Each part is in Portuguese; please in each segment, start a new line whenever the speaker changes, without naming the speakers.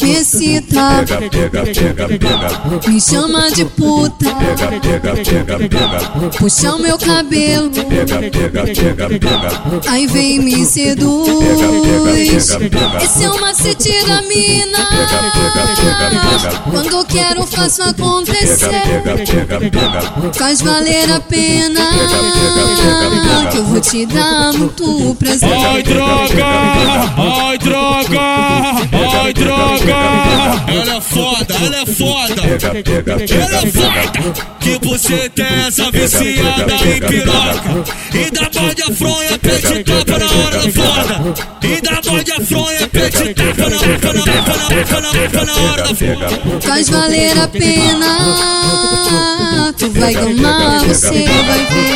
Me cita,
Pega, pega, pega, pega.
me chama de puta,
Pega, pega, pega, pega.
puxa o meu cabelo,
Pega, pega, pega, pega.
aí vem e me seduz.
Pega, pega, pega,
Esse é o macete da mina.
Pega, pega, pega, pega.
Quando eu quero, faço
Pega,
acontecer.
pega, pega, pega.
Faz valer a pena que eu vou te dar muito prazer.
Ai droga, ai droga, ai droga. Ela é foda, ela é foda.
Pega, pega,
Ela é
pega, pega.
foda que você tem essa viciada em piroca. E da morde a fronha, pede tapa na hora da foda. E da morde a fronha, pede tapa na hora na hora, na hora, na hora, na hora da foda.
Faz valer a pena. Tu vai gamar, você vai ver.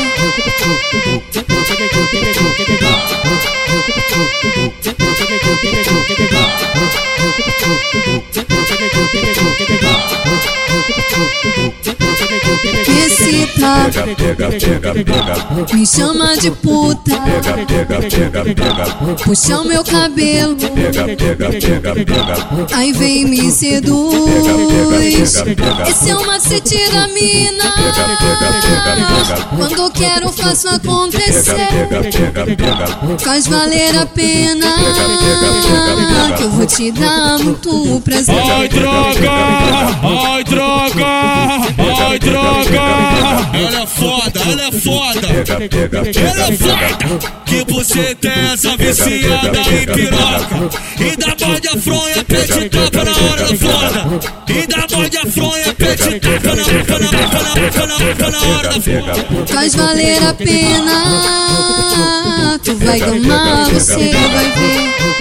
Me excita,
Pega, pega, pega, pega.
me chama de puta.
Pega, pega, pega, pega.
Puxa o meu cabelo,
Pega, pega, pega, pega.
aí vem e me seduz.
Pega, pega, pega, pega.
Esse é o macete da mina.
Pega, pega, pega, pega.
Quando eu quero, faço acontecer.
Pega, pega, pega, pega.
Faz valer a pena que eu vou te dar muito prazer.
Ai droga, ai droga, ai droga. Ela é foda, ela é foda.
Pega, pega,
Ela é
pega, pega.
foda que você tem essa viciada em piroca. E da morde a fronha, pede tapa na hora da foda. E da morde a fronha, pede tapa na hora, na hora, na hora, na hora da
Pega,
foda.
Faz valer a pena. Tu vai gamar, você vai ver.